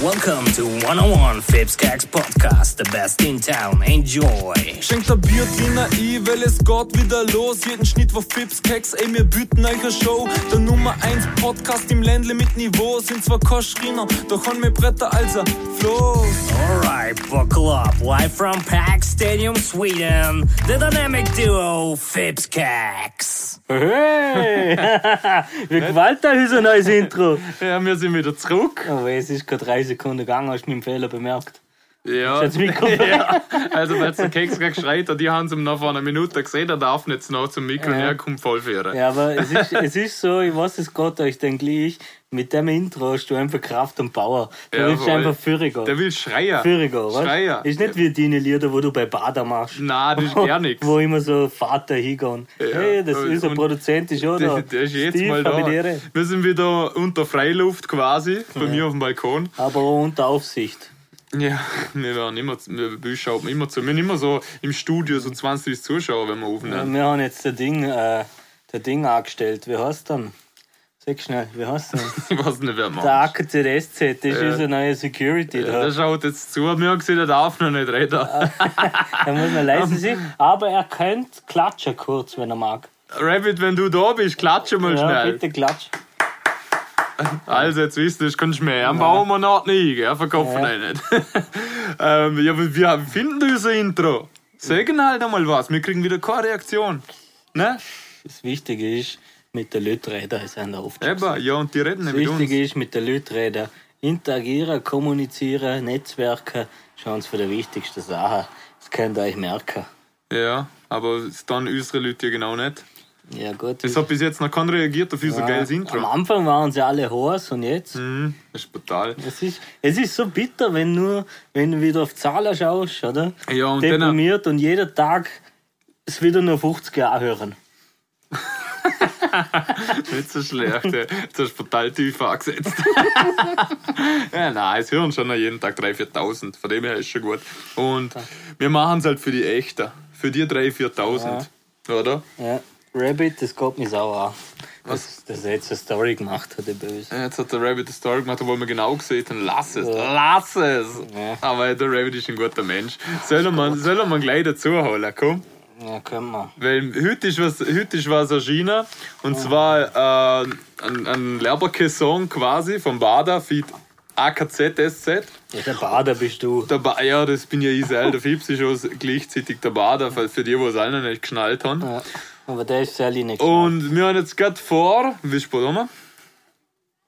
Welcome to 101 Fips Gags Podcast, the best in town. Enjoy! Schenkt ein Bier, Kinder, ich, weil es geht wieder los. Jeden Schnitt von Fips, Keks, ey, wir bieten euch eine Show. Der Nummer 1 Podcast im Ländle mit Niveau. Sind zwar keine Schreiner, doch haben wir Bretter also als ein Floß. Alright, buckle up. Live from Pack Stadium, Sweden, the dynamic duo Fips Gags. Hey! Wie gewaltig ist ein neues Intro. Ja, wir sind wieder zurück. Aber Oh, es ist gerade drei Sekunden gegangen, hast du meinen Fehler bemerkt. Ja. Jetzt Mikro. ja. Also, weil der Keks gerade schreit, die haben es ihm noch vor einer Minute gesehen, er darf nicht noch zum Mikro ja. Ja. er kommt voll für ihn. Ja, aber es ist, es ist so, ich weiß, es geht euch dann gleich. Mit dem Intro hast du einfach Kraft und Power. Du Ja, willst voll. einfach Führer Der gehen. will schreien. Führer gehen, weißt? Schreier. Ist nicht wie deine Lieder, wo du bei Bader machst. Nein, das ist gar nichts. Wo immer so Vater hingehen. Hey, das Und- ist ein und- Produzent, ist schon da. Der, der ist jetzt Steve, mal da. hab ich die Ehre. Wir sind wieder unter Freiluft quasi, bei mir auf dem Balkon. Aber auch unter Aufsicht. Ja, wir werden immer, wir wir schauen immer zu. Wir sind immer so im Studio so 20 Zuschauer, wenn wir aufnehmen. Wir haben jetzt das Ding, äh, das Ding angestellt. Wie heißt dann? Sag schnell, wie heißt denn? Ich weiß nicht, wer macht. Der AKZSZ, das ist Ja. unsere neue Security. Ja, Der Da, schaut jetzt zu, mir gesehen, der darf noch nicht reden. Ah. da muss man leise sein. Aber er könnte klatschen kurz, wenn er mag. Rabbit, wenn du da bist, klatsche mal Ja, schnell. bitte klatsch. Also, jetzt wisst ihr, das kannst du mehr. Am bauen wir noch nie, gell? Verkaufen Ja. ja. nicht. ähm, ja, aber wir finden unser Intro. Sagen halt einmal was, wir kriegen wieder keine Reaktion. Ne? Das Wichtige ist, mit den Leuten reden, ist einer oft. Das Eben, ja, und die reden nicht mit uns. Wichtige ist, mit den Leuten reden. Interagieren, kommunizieren, Netzwerken. Schauen Sie für die wichtigste Sache. Das könnt ihr euch merken. Ja, aber es dann unsere Leute ja genau nicht. Ja, gut. Es hat bis jetzt noch keiner reagiert auf unser geiles Am Intro. Anfang waren sie alle Horst und jetzt. Mhm, das ist brutal. Es ist, es ist so bitter, wenn nur, wenn du wieder auf die Zahlen schaust, oder? Ja, und dann- Deprimiert und jeder Tag es wieder nur 50 Jahre hören. Nicht so schlecht, ja. Jetzt hast du brutal tief angesetzt. ja, nein, es hören schon noch jeden Tag 3.000, 4.000. Von dem her ist schon gut. Und wir machen es halt für die Echten. Für die 3.000, 4.000. Oder? Ja. Rabbit, das geht mich sauer an. Das, das er jetzt eine Story gemacht hat, der Böse. Ja, Jetzt hat der Rabbit eine Story gemacht, obwohl wir genau gesehen haben, lass es, lass es! Ja. Aber der Rabbit ist ein guter Mensch. Sollen wir, sollen wir gleich dazu holen, komm? Ja, können wir. Weil heute ist was, heute ist was erschienen. Und zwar äh, ein, ein Lerberke-Song quasi vom Bader, Feed AKZSZ. Ja, der Bader bist du. Der ba ja, das bin ja ich selber. Der Fips ist auch gleichzeitig der Bader, für für die, die es auch noch nicht geschnallt haben. Ja. Aber der ist sehr nicht. Oh, Und wir haben jetzt gerade vor, wie spät haben wir?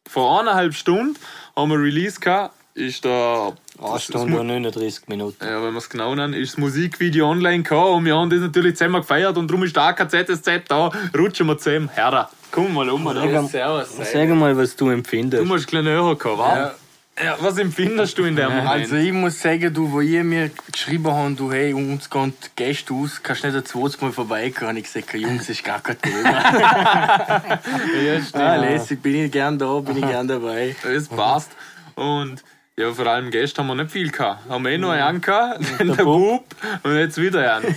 Vor eineinhalb Stunden haben wir Release gehabt. Ist da. Eine Stunde und 39 Minuten. Ja, wenn wir es genau nennen, ist das Musikvideo online gekommen und wir haben das natürlich zusammen gefeiert und darum ist der AKZSZ da. Rutschen wir zusammen. Herr, komm mal um. Sag- Oder? Servus. Sag mal, was du Du empfindest. musst gleich näher kommen, wa? Ja. was empfindest du in dem Moment? Also ich muss sagen, du, wo ihr mir geschrieben habt, du, hey, uns gehen die Gäste aus, kannst nicht ein zweites Mal vorbeikommen. Ich sage, Jungs, das ist gar kein Thema. Ja, stimmt. ah, lässig, bin ich gern da, bin ich gern dabei. Es passt. Und ja, vor allem gestern haben wir nicht viel gehabt. Haben wir eh nur einen gehabt, dann der Bub und jetzt wieder einen.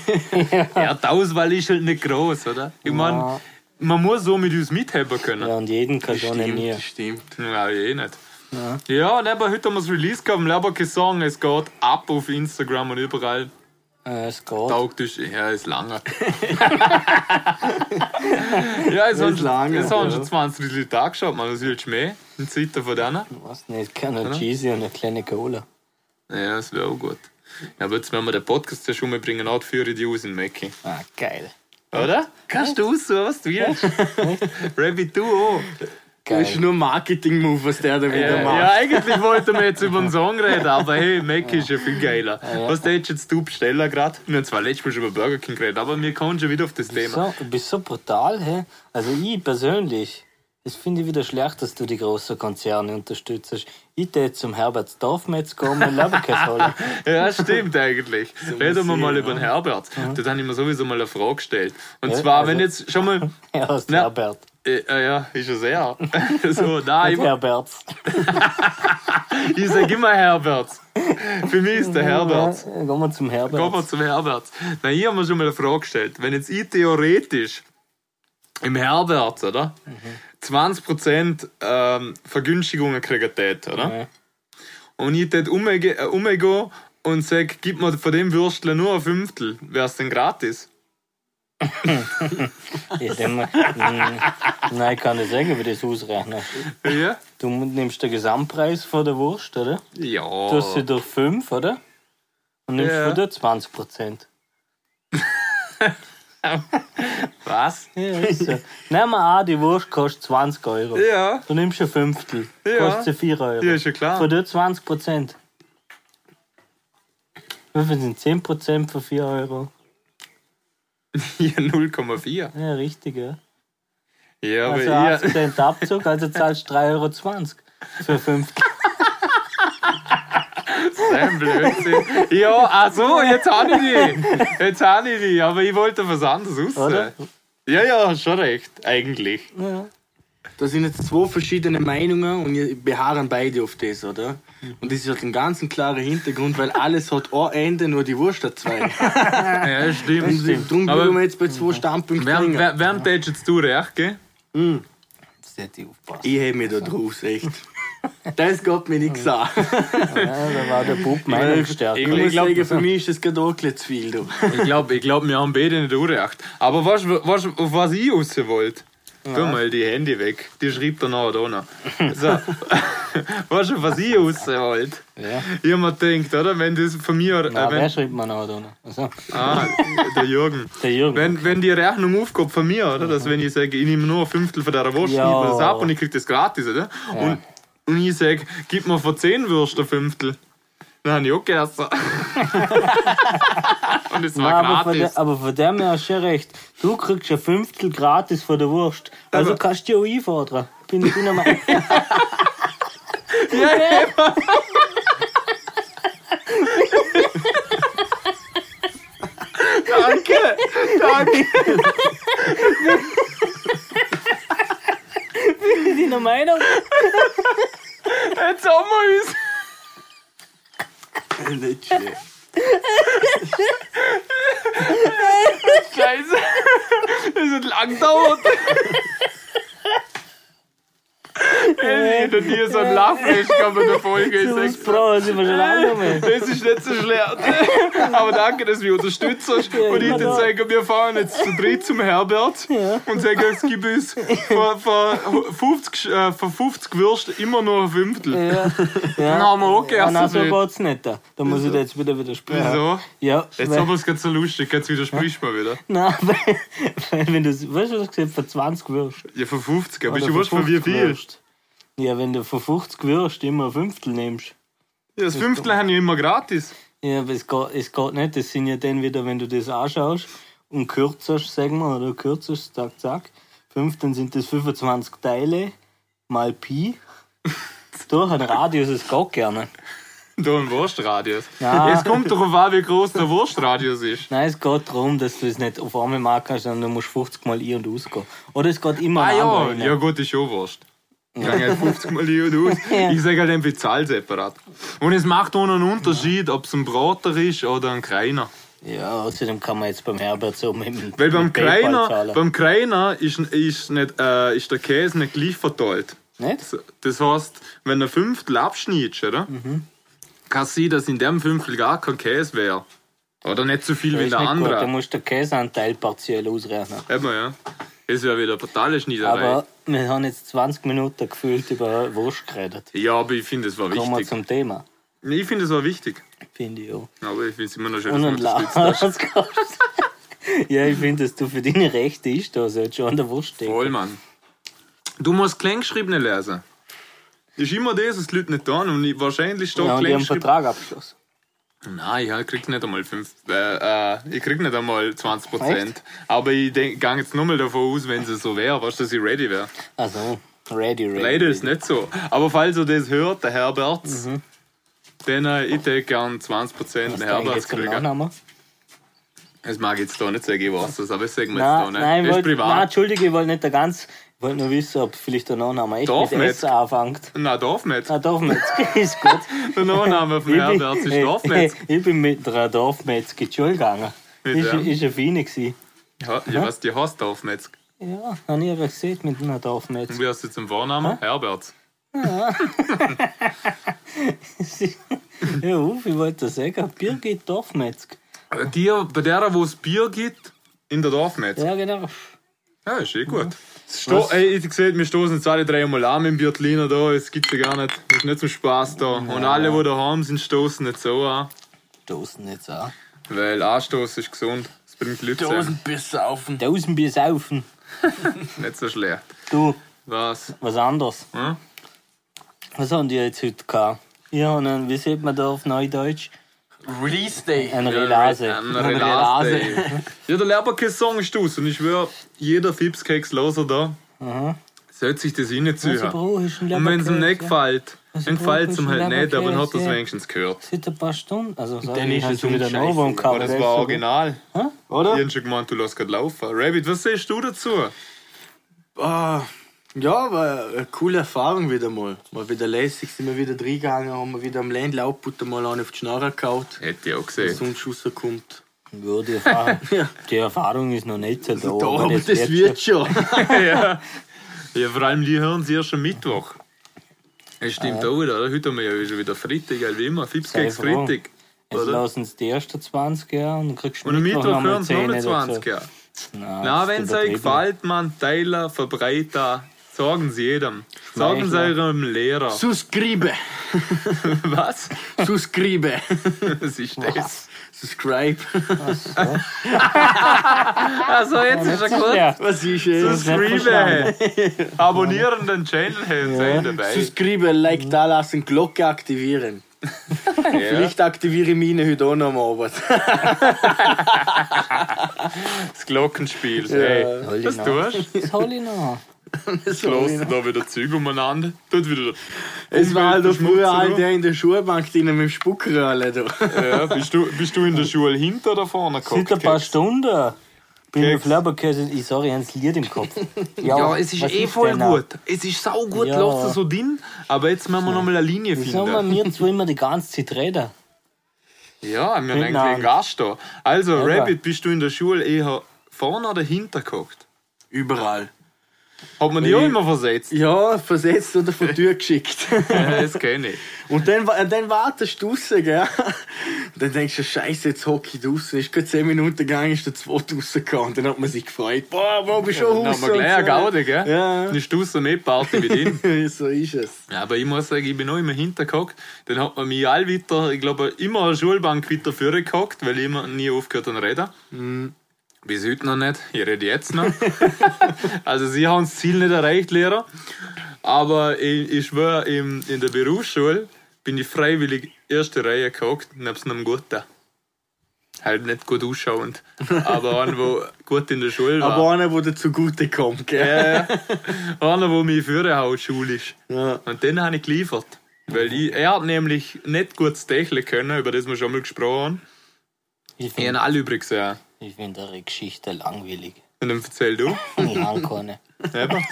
ja, die Auswahl ist halt nicht groß, oder? Ich meine, man muss so mit uns mithaben Ja, können. und jeden kann schon Stimmt, mir. das stimmt. Ja, eh nicht. Ja, und aber heute haben wir das Release gehabt, im Leberke Song. Es geht ab auf Instagram und überall. Äh, es geht. Taugt ist, ja, ist lange. ja, es haben, lange, es haben ja. schon 20 Leute angeschaut, man, das willst du mehr in Zeiten von denen. Was nicht, kann ein Cheesy und eine kleine Cola. Ja, das wäre auch gut. Ja, aber jetzt müssen wir den Podcast ja schon mal bringen, auch für die aus in Mäcki. Ah, geil. Oder? Kannst du aussuchen, was du willst? Rabbit, du auch. Geil. Das ist nur ein Marketing-Move, was der da wieder Ja, macht. ja, eigentlich wollten wir jetzt über den Song reden, aber hey, Mäcki ist ja viel geiler. Was hättest jetzt du bestellen gerade? Wir haben zwar letztes Mal schon über Burger King geredet, aber wir kommen schon wieder auf das Thema. So, du bist so brutal, hä? Also ich persönlich, das finde ich wieder schlecht, dass du die großen Konzerne unterstützt. Ich tät zum Herberts Dorfmetz gehen und Leberkäse holen. Ja, stimmt eigentlich. Reden wir mal über den Herbert. Da habe ich mir sowieso mal eine Frage gestellt. Und Ja, zwar, also- wenn jetzt schon mal. Ja, aus Na. Herbert. Äh, äh, ja, ist ja sehr. so, nein, ich, Herberts. Ich sag immer Herberts. Für mich ist der Herberts. Gehen wir zum Kommen wir Herberts. zum Herberts. Na, hier haben wir schon mal eine Frage gestellt. Wenn jetzt ich theoretisch im Herberts, oder? 20% ähm, Vergünstigungen kriegen tät, oder? Und ich tät umge- äh, umgehen und sag, gib mir von dem Würstle nur ein Fünftel. Wär's denn gratis? Ich denk mal, mm, Nein, ich kann nicht sagen, wie das ausrechnen. Ja? Du nimmst den Gesamtpreis von der Wurst, oder? Ja. Du hast sie durch 5, oder? Und nimmst Ja. von der 20 Prozent. Was? Ja, ist so. Nehmen wir an, die Wurst kostet 20 Euro. Ja. Du nimmst ein Fünftel. Ja. Kostet sie 4 Euro. Ja, ist ja klar. Von dort 20 Prozent. Wie viel sind 10 Prozent für 4 Euro? Ja, 0,4. Ja, richtig, ja. Ja, aber Also ja. 80 Cent Abzug, also zahlst du 3,20 Euro für 50. Dein Blödsinn. Ja, ach so, jetzt habe ich die. Jetzt habe ich die, aber ich wollte was anderes raus. Oder? Ja, ja, schon recht, eigentlich. Da sind jetzt zwei verschiedene Meinungen und ihr beharren beide auf das, oder? Mhm. Und das hat einen ganz klaren Hintergrund, weil alles hat ein Ende, nur die Wurst hat zwei. Ja, stimmt. Und darum Aber- Mhm. würden wir jetzt bei zwei Standpunkten Wem, bringen. wem, wem tätst jetzt du recht, gell? Jetzt hätte ich aufpassen. Ich heb mich da draus, echt. Das geht mir nichts an. Ja, da war der Bub Meinungsstärke. Ich muss glaub, sagen, das- für mich ist das gerade auch gleich zu viel. Du. Ich glaube, ich glaub, wir haben beide nicht unrecht. Aber weißt du, weißt du, auf was ich raus wollte? Tu mal die Handy weg. Die schreibt dann auch da noch. So. weißt du, was ich raus wollte? Ja. Ich hab mir gedacht, oder? Wenn das von mir. Ah, äh, wenn, wer schreibt man auch da noch? Also, Ah, der Jürgen. Der Jürgen. Wenn, wenn die Rechnung aufgeht von mir, oder? Dass wenn ich sage, ich nehme nur ein Fünftel von der Wurst, Ja. ja. das ab und ich kriege das gratis, oder? Und, und ich sage, gib mir von 10 Würsten ein Fünftel. Dann habe ich auch gegessen. und es war Nein, Ah, aber, von gratis. der, aber von dem her hast du ja recht. Du kriegst ein Fünftel gratis von der Wurst. Also Aber- kannst du ja auch einfordern. Bin ich deiner Meinung. Danke! Danke! Bin ich deiner Meinung? Jetzt haben wir uns! Nicht schlecht. Scheiße! Das hat lang gedauert! Ey, Ich hätte nie so ein Lachfleisch gehabt in der Folge. Ich sag's Uns Frauen sind wir schon lange mehr. Das ist nicht so schlecht. Aber danke, dass du mich unterstützt hast. Und ich dann sage, wir fahren jetzt zu dritt zum Herbert und sagen, es gibt uns von, von, 50, äh, von 50 Würsten immer nur ein Fünftel. Ja. Dann ja. haben wir auch Ah, nein, so gegessen. geht's nicht. Da, da muss ich dir jetzt wieder widersprechen. Wieso? Ja, Jetzt weil- haben wir es gerade so lustig. Jetzt widersprichst du mal wieder. Nein, weil, weil wenn du, weißt du, was ich gesagt habe, von 20 wirst. Ja, von 50. Aber Oder ich wusste, von wie 50 viel. wirst. Ja, wenn du von 50 wirst, immer ein Fünftel nimmst. Ja, das Fünftel haben ich immer gratis. Ja, aber es geht, es geht nicht. Das sind ja dann wieder, wenn du das anschaust und kürzest, sagen wir, oder kürzest, zack, zack. Fünf, dann sind das 25 Teile mal Pi. Durch einen Radius, es geht gerne. Da ein Wurstradius. Ja. Es kommt darauf an, wie groß der Wurstradius ist. Nein, es geht darum, dass du es nicht auf einmal machen kannst, sondern du musst 50 Mal ein- und ausgehen. Oder es geht immer Ah ein ja, anderer rein. ja gut, ist schon Wurst. Ich gehe halt 50 Mal hier und aus. Ich sage halt einfach, ich zahle separat. Und es macht auch einen Unterschied, ob es ein Brater ist oder ein Kreiner. Ja, außerdem kann man jetzt beim Herbert so mit dem Weil beim mit PayPal Kreiner, zahlen. beim Kreiner ist, ist, nicht, äh, ist der Käse nicht gleich verteilt. Nicht? Das heißt, wenn ein Fünftel abschneidest, oder? Mhm. Kann es sein, dass in dem Fünftel gar kein Käse wäre. Oder nicht so viel wie in Das ist der nicht gut, da andere. musst du den Käseanteil partiell ausrechnen. Eben, ja. Das wäre wieder eine brutale Schneiderei. Aber wir haben jetzt 20 Minuten gefühlt über Wurst geredet. ja, aber ich finde, es war Kommen wir wichtig. zum Thema, Ich finde, es war wichtig. finde ich auch. Aber ich finde es immer noch schön, Und ein dass man das Laus Ja, ich finde, dass du für deine Rechte ist, da sollst schon an der Wurst stehen. Voll, Mann. Du musst Kleingeschriebene lesen. Ist immer das, was die Leute nicht tun. Und ich, wahrscheinlich steht Ja, und ich habe einen Kleingeschrieben- Vertrag abgeschlossen. Nein, ich krieg nicht einmal fünf, äh, äh, ich krieg nicht einmal 20 Prozent. Aber ich denk- gang jetzt nur mal davon aus, wenn es so wäre, weißt du, dass ich ready wäre. Also, ready, ready. Leider ist nicht so. Aber falls ihr das hört, der Herbert, Mhm. dann äh, ich denke gern 20 Prozent Hast du eigentlich Herbert jetzt genau einen kriegen. Nachnamen? Das mag ich jetzt da nicht sagen, ich weiß das, aber das sagen wir jetzt da Nein, nicht. nein, ich das ne? ist wollte, nein, privat. Entschuldige, ich wollte nicht der ganz. Ich wollte nur wissen, ob vielleicht der Nachname echt Darf mit nicht. S anfängt. Nein, darf nicht. Ah, Dorfmetzger ist gut. Der Nachname von Herbert ist darf nicht. ich bin mit einer Dorfmetzger in die Schule gegangen. Mit Ist, wem? ist eine Feine gewesen. Ja, ich weiß, die heißt Dorfmetzg. Ja, habe ich aber gesehen mit einer Dorfmetzger. Und wie hast du zum Vornamen? Herbert. Hm. Ja, Uff, ich wollte sagen, Birgit Dorfmetzg. Äh, Die, bei der, wo es Bier gibt, in der Dorfmetz. Ja, Ja, Mhm. genau. ist eh gut. Sto ey, ich sehe, wir stoßen jetzt alle drei Mal an mit dem Biertliner da, es gibt's ja gar nicht. Ist nicht zum Spaß da. Und alle, die daheim sind, stoßen nicht so an. Dosen jetzt auch. Weil Anstoß ist gesund. Es bringt Glück sein. bis saufen. Dosen Bier saufen. Nicht so schlecht. Du, Was? was anderes. Hm? Was haben die jetzt heute gehabt? Ich habe einen, wie sieht man da auf Neudeutsch? Release Day. Einen Relase. Ein Relase. ja, der Leberkäse-Song ist aus. Und ich schwöre, jeder Fipskeks-Loser da sollte sich das Was ich reinzuhören. brauche, ist ein Und wenn es ihm nicht Leberkäse. gefällt, Was dann ich brauche, gefällt es ist ihm ein halt nicht, aber dann hat er es Leberkäse. wenigstens gehört. Seit ein paar Stunden. Also, sag Dann ich, ist hast es du um wieder einen Scheiße. Ohrwurm gehabt. Aber das der war ist so original. gut. Oder? Ich hab schon gemeint, du lässt gerade laufen. Rabbit, was siehst du dazu? Ah, ja, war eine coole Erfahrung wieder mal. Mal wieder lässig, sind wir wieder reingegangen, haben wir wieder am Ländle Outputter mal an auf die Schnarre gehauen. Hätte ich auch Der gesehen. Sonnenschuss kommt. Ja, die Erfahrung, Ja. die Erfahrung ist noch nicht so da. Da, aber aber das wird schon. ja. ja, vor allem die hören sie erst am Mittwoch. Das stimmt auch wieder, oder? Heute haben wir ja schon wieder Freitag, gell, wie immer. Fipskeks Äh. Sei froh. Freitag. Jetzt oder? lassen sie die ersten 20 Jahre und dann kriegst du Und am Mittwoch nochmal hören sie nochmal 10 oder 20 Jahre. So. Nein, Na, das ist wenn es euch übertrieben. gefällt, man, Teiler, Verbreiter, sagen Sie jedem. Sagen Sie Schmeichler. eurem Lehrer. Subscribe. Was? Subscribe. Was ist das? Subscribe. Also, jetzt ist er gut. Ja, Was ist es? Subscribe! Abonnieren den Channel, hey, seid dabei. Subscribe, Like da lassen, Glocke aktivieren. Vielleicht aktiviere ich meine heute auch noch am Abend. Das Glockenspiel. Hey, Hol was ich tust du? das hole ich noch. Das war Los, wieder- da wieder Züge umeinander. Tut wieder. Es war halt Umwelt- früher all Schmutz, der in der Schulbank drinnen mit dem Spuckröhrle da. Ja, bist, du, bist du in der Schule hinter oder vorne Seit ein paar Stunden bin ich auf Keks. Leberkäse. Ich sorry, ich habe das Lied im Kopf. Ja, was ist denn da? eh Es ist sau gut, Ja. lasst es so drin. Aber jetzt müssen wir nochmal eine Linie Sagen wir, finden. wir zwei immer die ganze Zeit reden. Ja, wir haben eigentlich Nein. einen Gast da. Also, Ja. Rabbit, bist du in der Schule eher vorne oder hinter geguckt? Überall. Hat man die auch immer versetzt? Ja, versetzt oder vor die Tür geschickt. Ja, das kenne ich. Und dann, wa- dann wartest du draussen, gell? Und dann denkst du, Scheiße, jetzt hocke ich draussen. Ist gerade 10 Minuten gegangen, ist der zweite rausgekommen. Und dann hat man sich gefreut. Boah, wo bist du schon Dann raus? haben wir gleich eine und so. Gaude, gell? Ja. Dann ist du so mit Party mit ihm. so ist es. Ja, aber ich muss sagen, ich bin auch immer hintergehockt. Dann hat man mich all weiter, ich glaube, immer eine Schulbank weiter vorne gehockt, weil ich immer nie aufgehört habe zu reden. Bis heute noch nicht, ich rede jetzt noch. also, sie haben das Ziel nicht erreicht, Lehrer. Aber ich, ich schwöre, in, in der Berufsschule bin ich freiwillig erste Reihe gehockt, nebst einem Guten. Halt nicht gut ausschauend, aber einer, der gut in der Schule war. Aber einer, der dir zugute kommt, gell? Ja, ja. Äh. Einer, der mich vorher haut, schulisch. Ja. Und den habe ich geliefert. Weil ich, er hat nämlich nicht gut stecheln können, über das wir schon mal gesprochen haben. Ich Ich finde habe alle äh, übrig gesehen. ich find eure Geschichte langweilig. Und dann erzähl du. Ich habe keine. Eben.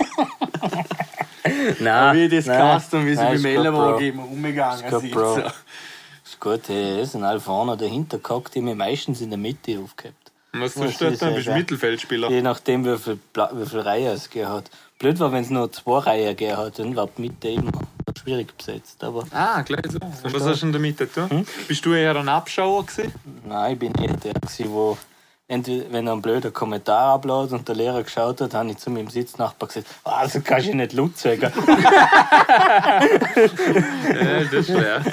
Nein, Wie das Cast und wie sie nein, ist mit gut, dem Bro. Ellenwagen immer umgegangen Ist sind. gut, Bro. So. Das Gute ist, sind alle vorne dahinter gehackt, die haben mich meistens in der Mitte aufgehabt. Und Was Ja, tust das du ist dann? ja Bist geil. Mittelfeldspieler. Je nachdem, wie viel, Pla- wie viel Reihe es gegeben hat. Blöd war, wenn es nur zwei Reihen gegeben hat, dann war die Mitte eben schwierig besetzt. Aber Ah, gleich so. Hm? Und was hast du denn damit zu tun? Bist du eher ein Abschauer gewesen? nein, ich bin eher der, gewesen, wo entweder, wenn er einen blöden Kommentar ablässt und der Lehrer geschaut hat, habe ich zu meinem Sitznachbar gesagt: Ah, so kannst du nicht laut sagen. Äh, das ist schwer.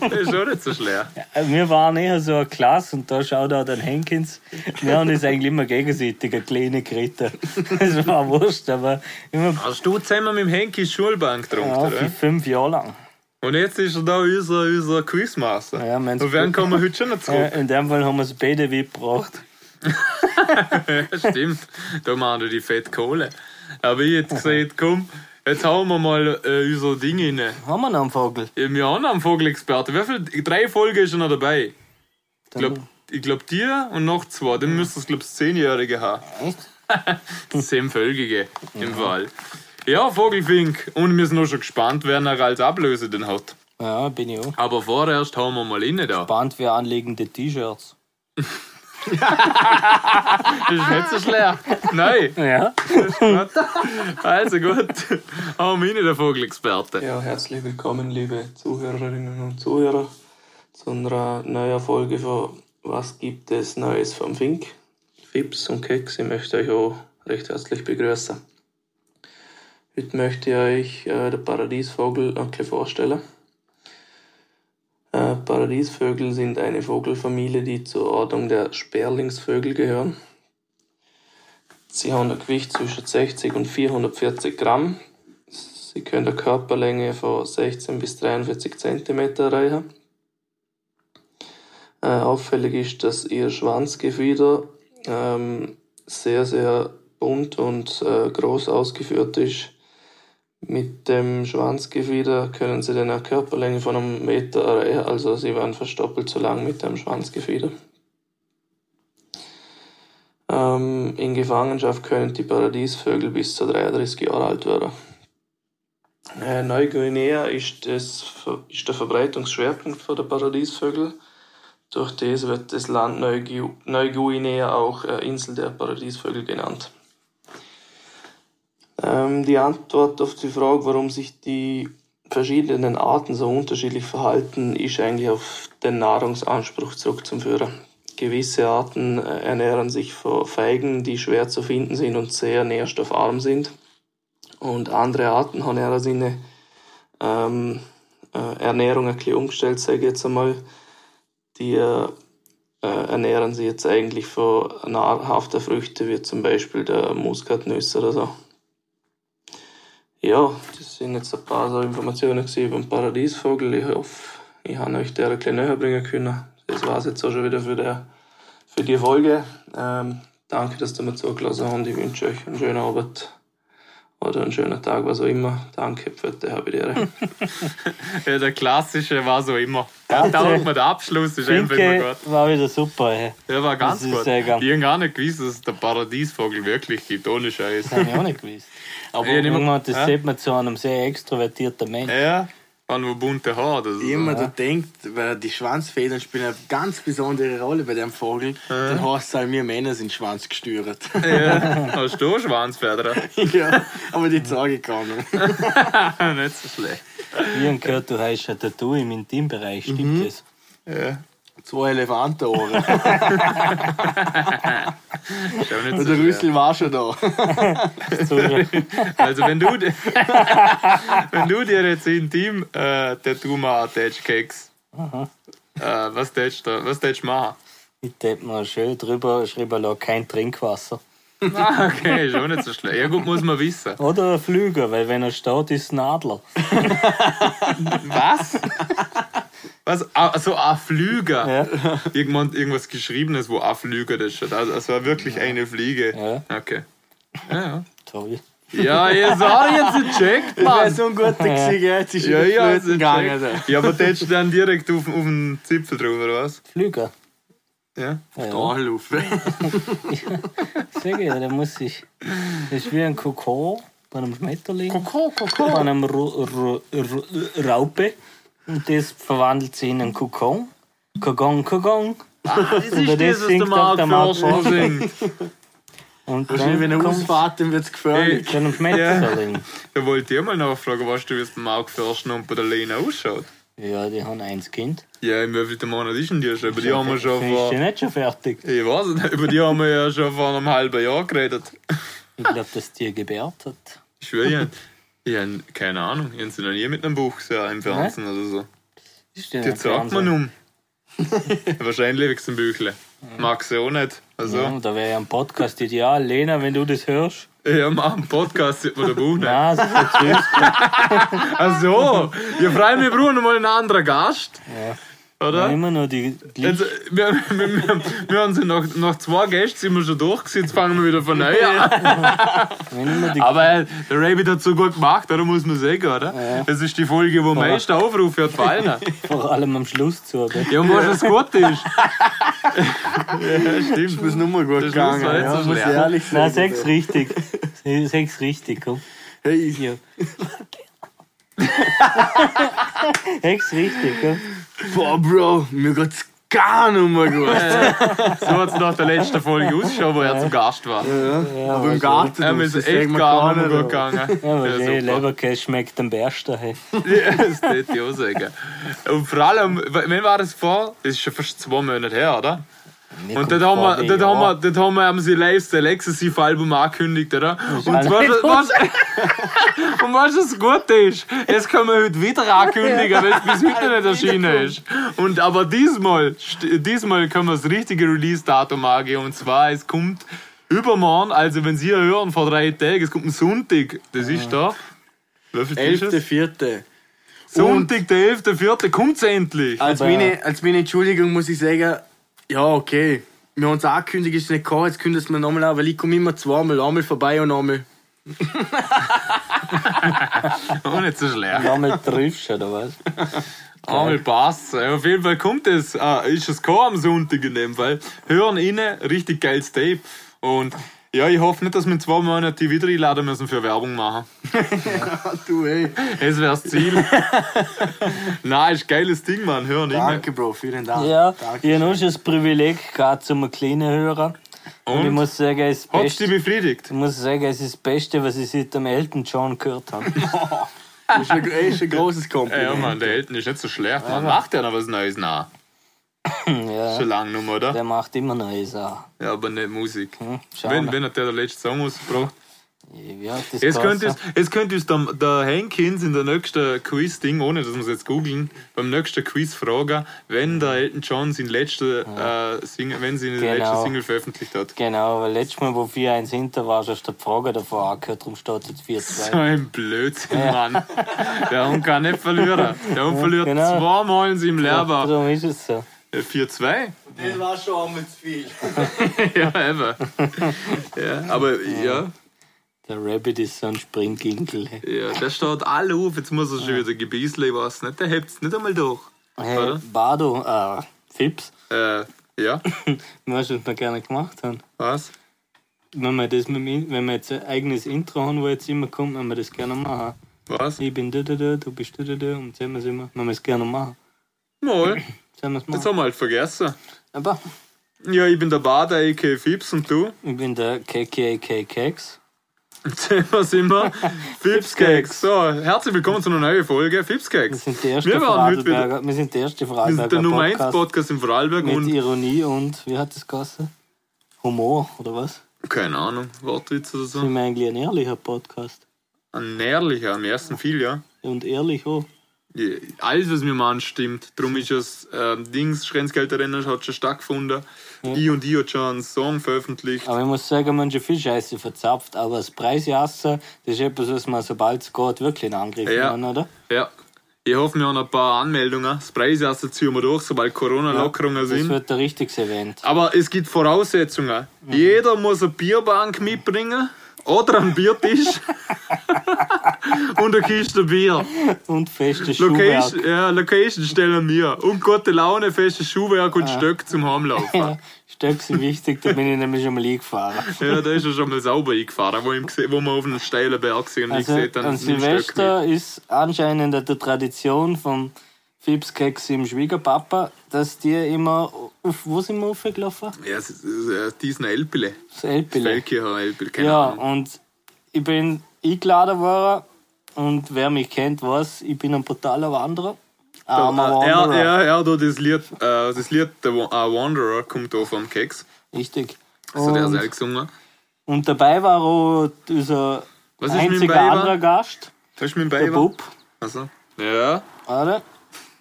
das ist auch nicht so schwer. Also, Wir waren eher so eine Klasse und da schaut auch den Henkins. Wir haben uns eigentlich immer gegenseitig eine kleine Kriter. Das war wurscht, aber immer Hast du zusammen mit dem Henki Schulbank getrunken, ja, für oder? fünf Jahre lang. Und jetzt ist er da unser, unser Quizmaster. Ja, meinst Und du- werden kommen wir heute schon noch zurück. Äh, In dem Fall haben wir es beide weggebracht. Stimmt, da machen wir die fette Kohle. Aber ich hätte gesagt, komm, jetzt hauen wir mal äh, unser Ding rein. Haben wir noch einen Vogel? Ja, Wir haben einen Vogelexperten. Wie viel? Drei Folgen ist schon noch dabei. Ich Dann- glaub, ich glaub dir und noch zwei. Dann müsste es, glaub ich, das Zehnjährige haben. Echt? Zehn Völkige im Fall. Ja, Vogelfink. Und wir sind auch schon gespannt, wer noch als Ablöse den hat. Ja, bin ich auch. Aber vorerst hauen wir mal rein da. Band für anlegende T-Shirts. Das ist nicht so schlecht. Nein. Ja. Also gut. Haben wir nicht der Vogelexperte. Ja, herzlich willkommen, liebe Zuhörerinnen und Zuhörer, zu einer neuen Folge von Was gibt es Neues vom Fink? Fips und Keks, ich möchte euch auch recht herzlich begrüßen. Heute möchte ich euch äh, den Paradiesvogel ein bisschen vorstellen. Äh, Paradiesvögel sind eine Vogelfamilie, die zur Ordnung der Sperlingsvögel gehören. Sie haben ein Gewicht zwischen 60 und 440 Gramm, Sie können eine Körperlänge von 16 bis 43 cm erreichen. Äh, auffällig ist, dass ihr Schwanzgefieder ähm, sehr, sehr bunt und äh, groß ausgeführt ist. Mit dem Schwanzgefieder können sie dann eine Körperlänge von einem Meter erreichen, also sie werden fast doppelt so lang mit dem Schwanzgefieder. Ähm, in Gefangenschaft können die Paradiesvögel bis zu 33 Jahre alt werden. Äh, Neuguinea ist, das, Ver- ist der Verbreitungsschwerpunkt von der Paradiesvögel. Durch das wird das Land Neugu- Neuguinea auch äh, Insel der Paradiesvögel genannt. Ähm, die Antwort auf die Frage, warum sich die verschiedenen Arten so unterschiedlich verhalten, ist eigentlich auf den Nahrungsanspruch zurückzuführen. Gewisse Arten äh, ernähren sich von Feigen, die schwer zu finden sind und sehr nährstoffarm sind und andere Arten haben ihre Sinne ähm, äh, Ernährung ein bisschen umgestellt, sage ich jetzt einmal. Die äh, äh, ernähren sich jetzt eigentlich von nahrhaften Früchten, wie zum Beispiel der Muskatnüsse oder so. Ja, das sind jetzt ein paar so Informationen gewesen über den Paradiesvogel. Ich hoffe, ich habe euch der ein bisschen näher bringen können. Das war es jetzt auch schon wieder für, der, für die Folge. Ähm, danke, dass ihr mir zugelassen habt. Ich wünsche euch einen schönen Abend oder einen schönen Tag, was auch immer. Danke für die Habitäre. Ja, der klassische war so immer. Ja, da hat man der Abschluss, ist einfach immer Schinke gut. war wieder super. Ey. Der war ganz Das ist gut. sehr Ich geil. habe gar nicht gewusst, dass es den Paradiesvogel wirklich gibt, ohne Scheiß. Hab ich auch nicht gewusst. Aber Ich nehm- irgendwann, das Ja. sieht man zu einem sehr extrovertierten Mensch. Ja, wenn man bunte Haare oder so. Immer da denkt, weil die Schwanzfedern spielen eine ganz besondere Rolle bei dem Vogel, dann heißt es halt, wir Männer sind Schwanz gestört. Ja, hast du auch Schwanzfedern? ja, aber die zeige ich gar nicht. nicht so schlecht. Ich hab gehört, du hast ein Tattoo im Intimbereich, stimmt das? Zwei Elefantenohren. Ist aber nicht Und so der schwer. Rüssel war schon da. Also wenn du, di- wenn du dir jetzt intim äh, Tattoo machen tätst, Keks, äh, was tätst du was tätst du machen? Ich hätte mir schön drüber schreiben lassen, kein Trinkwasser. Ah, okay, ist auch nicht so schlecht. Ja gut, muss man wissen. Oder ein Flüger, weil wenn er steht, ist es ein Adler. Was? Was? Ah, So ein Flüger. Ja. Irgendwann irgendwas geschriebenes, wo ein Flüger das steht. Also es war wirklich eine Fliege. Okay. Ja, Toll. ja. ja ihr seid jetzt gecheckt, Das Mann. wäre so ein guter gewesen, gell? Jetzt ist Ja, wieder ja, flöten also gegangen. gegangen. Also. Ja, aber tätst du dann direkt auf, auf den Zipfel drauf, oder was? Flüger. Ja. Ja, Anlaufen. sehr gut, der muss ich. Das ist wie ein Kokon bei einem Schmetterling, Koko, Koko. bei einem Ru Ru Ru Raupe. Und das verwandelt sich in einen Kokon. Kokon, Kokon. Das ist das das, was der singt auch Marc der Marc Forster Forster. singt. Und Wahrscheinlich, wenn dann er kommt ausfährt, dann wird es gefährlich. zu einem Schmetterling. Da wollte ich mal nachfragen, weißt du, wie es beim Marc Forster und bei der Lena ausschaut? Ja, die haben eins Kind. Ja, im wievielten Monat ist denn die schon? Über die haben wir schon Sind vor... sie nicht schon fertig? Ich weiß nicht, über die haben wir ja schon vor einem halben Jahr geredet. Ich glaube, dass die gebärt hat. Ich schwöre, ich hab- ich hab keine Ahnung. Ich hab sie noch nie mit einem Buch gesehen, im Fernsehen oder so. Ist die Die sagt man um. Wahrscheinlich wegen dem Büchle. Mag sie auch nicht. Ja, Also, da wäre ja ein Podcast ideal. Lena, wenn du das hörst. ja, mach einen Podcast über den Buch nicht. Nein, sie Ach so, ja, vor allem, wir brauchen mal einen anderen Gast. Oder? immer nur die Jetzt, Liebe. äh, wir, wir, wir, wir haben sie nach, nach zwei Gästen sind wir schon durch, gewesen, jetzt fangen wir wieder von neu an. Wenn immer die Aber äh, der Rabbit hat so gut gemacht, darum muss man sagen, oder? Das ist die Folge, wo am meisten Aufrufe hat fallen. vor allem am Schluss zu. Oder? Ja, und was das gut ist. ja, stimmt. Das ist nur mal gut Das gegangen. war nicht ja, so muss ich schwer. ehrlich Nein, sagen. sechs richtig. Se- Sechs richtig, komm. Hey, ich- Sechs richtig, komm. Boah, Bro, mir geht's gar nicht mehr gewusst. So hat es nach der letzten Folge ausgeschaut, wo er zu Gast war. Ja, Aber im also, Garten, Er du, ist das echt sagt man gar nicht, nicht mehr gut aber- gegangen. Ja, aber Ja, eh, super. Leberkäse schmeckt am besten. Hey. Ja, das tät ich auch sagen. Und vor allem, wann war das vor? Das ist schon fast zwei Monate her, oder? Und dort haben, wir, dort, haben wir, dort haben wir haben sie live das Alexis-Album angekündigt, oder? Und alles weißt, du- gut. weißt, du- und weißt du, was das Gute ist? Es können wir heute wieder ankündigen, weil es bis heute nicht erschienen ist. Und, aber diesmal, st- diesmal können wir das richtige Release-Datum angeben. Und zwar, es kommt übermorgen, also wenn Sie hier hören, vor drei Tagen, es kommt ein Sonntag. Das ist Ah. da. Wie viel ist es? Elfte, vierte. Sonntag, der 11.04. kommt's Ah. endlich. Als meine, als meine Entschuldigung muss ich sagen, ja, okay. Wir haben es angekündigt, ist nicht gekommen, jetzt kündigen wir nochmal an, weil ich komme immer zweimal, einmal vorbei und einmal. Auch nicht so schlecht. Ah, Einmal triffst du, oder was? Einmal passt. Auf jeden Fall kommt es. Ah, ist es gekommen am Sonntag in dem Fall. Hören inne, richtig geiles Tape. Und ja, ich hoffe nicht, dass wir in zwei Monaten die wieder einladen müssen für Werbung machen. Du, ey. Es wäre das Ziel. Nein, ist geiles Ding, Mann. Hören inne. Danke, Bro, vielen Dank. Ja, ich habe schon das Privileg gehabt, zum kleinen Hörer. Und, ich Und? muss sagen, es ist das Hat's Beste- dich befriedigt? ich muss sagen, es ist das Beste, was ich seit dem Elton John gehört habe. Das ist ein, ey, ist ein großes Ja, Kompliment. Mann, der Elton ist nicht so schlecht. Man macht ja noch was Neues nach. ja, Schon lange noch, oder? der macht immer neue Sachen. Ja, aber nicht Musik. Hm, schauen Wenn, wir. wenn hat der den letzten Song ausgebracht? Wie hat das Jetzt könnte, es, geheißen? jetzt könnte es der, der Henkins in der nächsten Quiz-Ding, ohne dass wir es jetzt googeln, beim nächsten Quiz fragen, wenn der Elton John seine letzte, äh, Single, wenn sie Genau. seine letzte Single veröffentlicht hat. Genau, weil letztes Mal, wo 4-1 hinter war, hast du die Frage davon angehört, darum steht jetzt 4-2. So ein Blödsinn, Mann. Der Hund kann nicht verlieren. Der Hund verliert genau. zweimal in seinem Leben. Äh, Darum ist es so. 4-2? Das war schon einmal zu viel. Ja, ever. Ja, aber ja, Der Rabbit ist so ein Springginkel. hey. ja, der steht alle auf. Jetzt muss er schon wieder gebieseln, ich weiß nicht. Der hebt es nicht einmal durch. Hey, Oder? Bardo, äh, Fips, Äh, ja, weißt du, was wir gerne gemacht haben? was? Wenn wir, das mit, dem In- wenn wir jetzt ein eigenes Intro haben, wo jetzt immer kommt, wenn wir das gerne machen. Was? Ich bin da, da, da, du bist da, da, da, und sehen wir es immer. Wenn wir es gerne machen, Mal. sehen wir es Das machen. haben wir halt vergessen. Aber Ja, ich bin der Bader, a.k.a. Fips und du? ich bin der KKK Keks. Thema sind wir Fipscakes. So, herzlich willkommen zu einer neuen Folge Wir Fipscakes. sind der erste Wir waren heute wieder- Vorarlberger, wir sind der erste Wir sind der Vorarlberger Nummer 1 Podcast Podcast in Vorarlberg mit und Ironie und, wie hat das geheißen? Humor, oder was? keine Ahnung, Wortwitz oder so. Sind wir eigentlich ein ehrlicher Podcast? Ein nährlicher, am ersten viel, ja. Und ehrlich auch. Ja, Alles, was wir machen, stimmt. Drum ist das ähm, Dings, Schrenzgelderrennen hat schon stattgefunden. Ich und ich hat schon einen Song veröffentlicht. Aber ich muss sagen, man hat schon viel Scheiße verzapft, aber das Preisjassen, das ist etwas, was man sobald es geht, wirklich in Angriff Ja. nehmen, oder? Ja. Ich hoffe, wir haben ein paar Anmeldungen. Das Preisjahr ziehen wir durch, sobald Corona-Lockerungen Das sind. wird Mhm. da richtig erwähnt. Aber es gibt Voraussetzungen. Jeder muss eine Bierbank mitbringen oder einen Biertisch und eine Kiste Bier. Und festes Location, Schuhwerk. ja, Location stellen wir. Und gute Laune, festes Schuhwerk und Stöck zum Heimlaufen. Ja, Stöcke sind wichtig, da bin ich nämlich schon mal eingefahren. ja, da ist er schon mal sauber eingefahren, wo, ich, ihm gese- wo wir auf einem steilen Berg sind. Und Also, ich sehe dann an nimm Stöck mit. Silvester ist anscheinend an der Tradition vom Fipskeks im Schwiegerpapa, dass die immer, auf, wo sind wir aufgelaufen? Ja, es ist- es ist diesen Elpile. Das Elbile. Welcher Elpile? Keine Ja, Ahnung. und ich bin eingeladen worden und wer mich kennt, weiß, ich bin ein brutaler Wanderer. Armer Aber, äh, Wanderer. ja, ja, ja, da das Lied, äh, das Lied The Wa- äh, Wanderer kommt da vom Keks. Richtig. Also der hat Und, es auch gesungen. und dabei war auch dieser Was ist mit dem einziger Weiber? anderer Gast, Hast du mit dem der Bayer? Bub, Also, ja, oder?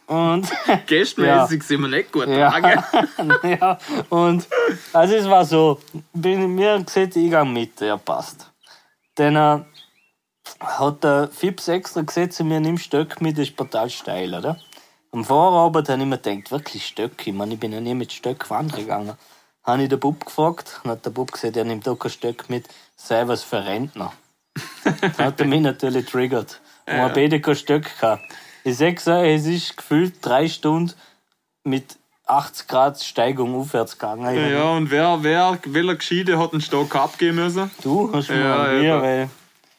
Und gästmäßig sind wir nicht gut. Ja. Ja. ja, und also es war so, bin, mir haben gesagt, ich gehe mit, ja passt. Dann äh, hat der Fips extra gesagt, zu mir nimm Stöck mit, das ist brutal steil, oder? Am Vorabend habe ich mir gedacht, wirklich Stöck, ich meine, ich bin ja nie mit Stöck wandern gegangen. Habe ich den Bub gefragt und hat der Bub gesagt, er nimmt auch kein Stöck mit, sei was für Rentner. Dann hat er mich natürlich triggert. Und ja. beide kein Stöck gehabt. Ich sag's euch, es ist gefühlt drei Stunden mit 80 Grad Steigung aufwärts gegangen. Ich ja, und wer, wer, welcher Geschiede hat einen Stock abgeben müssen? Du hast mir Ja, an mir, ja. weil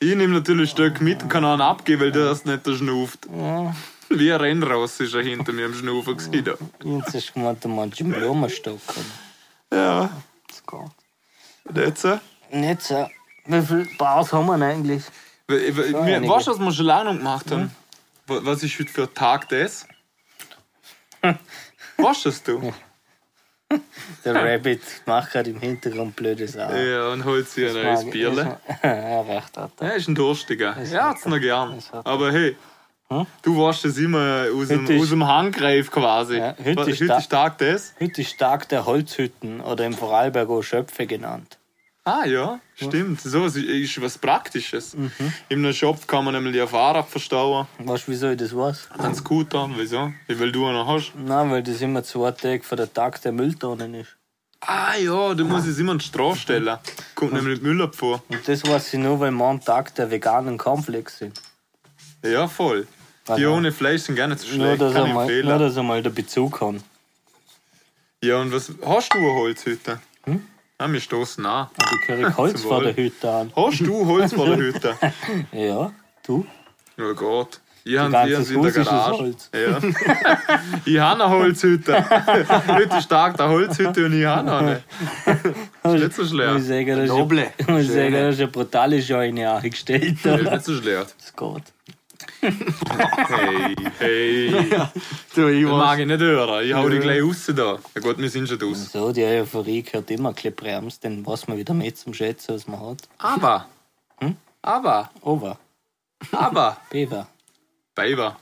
Ich nehme natürlich Stöck mit und kann einen abgeben, weil der das nicht erschnuft. ja, Wie ein Rennross ist er hinter mir am Schnufen gewesen. Jetzt hast du gemeint, du meinst einen Blumenstock. Ja, Das geht. nicht so. Nicht so. Wie viele Bars haben wir denn eigentlich? Wir- wir- wir- einige. Weißt du, was wir schon lange noch gemacht haben? Wa- Was ist heute für ein Tag das? Weißt du das du? Der Rabbit macht gerade im Hintergrund blödes Haar. Ja, und holt sich ein neues Bierle. Ja, recht hat er. Er ist ein Durstiger. Er hat's noch gern. hat Aber hey, du warst das immer aus dem, Hm? Heute ist- aus dem Handgreif quasi. Ja, heute Was- ist heute da- ist Tag das? Heute ist Tag der Holzhütten oder im Vorarlberg auch Schöpfe genannt. Ah ja, stimmt. So was ist was Praktisches. Mhm. In einem Shop kann man nämlich ein Fahrrad verstauen, Weißt du, wieso ich das weiß? einen Scooter, wieso? Weil du einen hast. Nein, weil das immer zwei Tage vor der Tag der Mülltonnen ist. Ah ja, da muss ich es immer an die Straße stellen. Kommt nämlich Müll abfuhr. Und das weiß ich nur, weil wir am Tag der veganen Cornflakes sind. Ja, voll. Die Also- ohne Fleisch sind gar nicht so Nur, schlecht, dass er kann ich mal, nur, empfehlen. dass er mal den Bezug haben. Ja, und was hast du ein Holz heute? Hm? Ah, wir stoßen an. Die kriegen Holz Zum vor der Wohl. Hütte an. Hast du Holz vor der Hütte? Ja, du? Oh Gott. Ich habe ganze es in der Haus ist aus Garage. Holz. Ja. ich habe eine Holzhütte. Heute ist stark der Holzhütte und ich habe noch eine. Ist nicht so Muss ich schlecht. sagen, das ist- Noble. muss ich sagen, das ist eine brutale Scheune angestellt. Ist nicht so schlecht. Das geht. Hey, hey. Du, ich Das war mag ich nicht hören. Ich hau dich gleich raus da. Ja gut, wir sind schon raus. So, die Euphorie gehört immer ein bisschen bremst, dann weiß man wieder mehr zum Schätzen, was man hat. Aber. Hm? Aber. Over, Aber. Beaver. dabei war.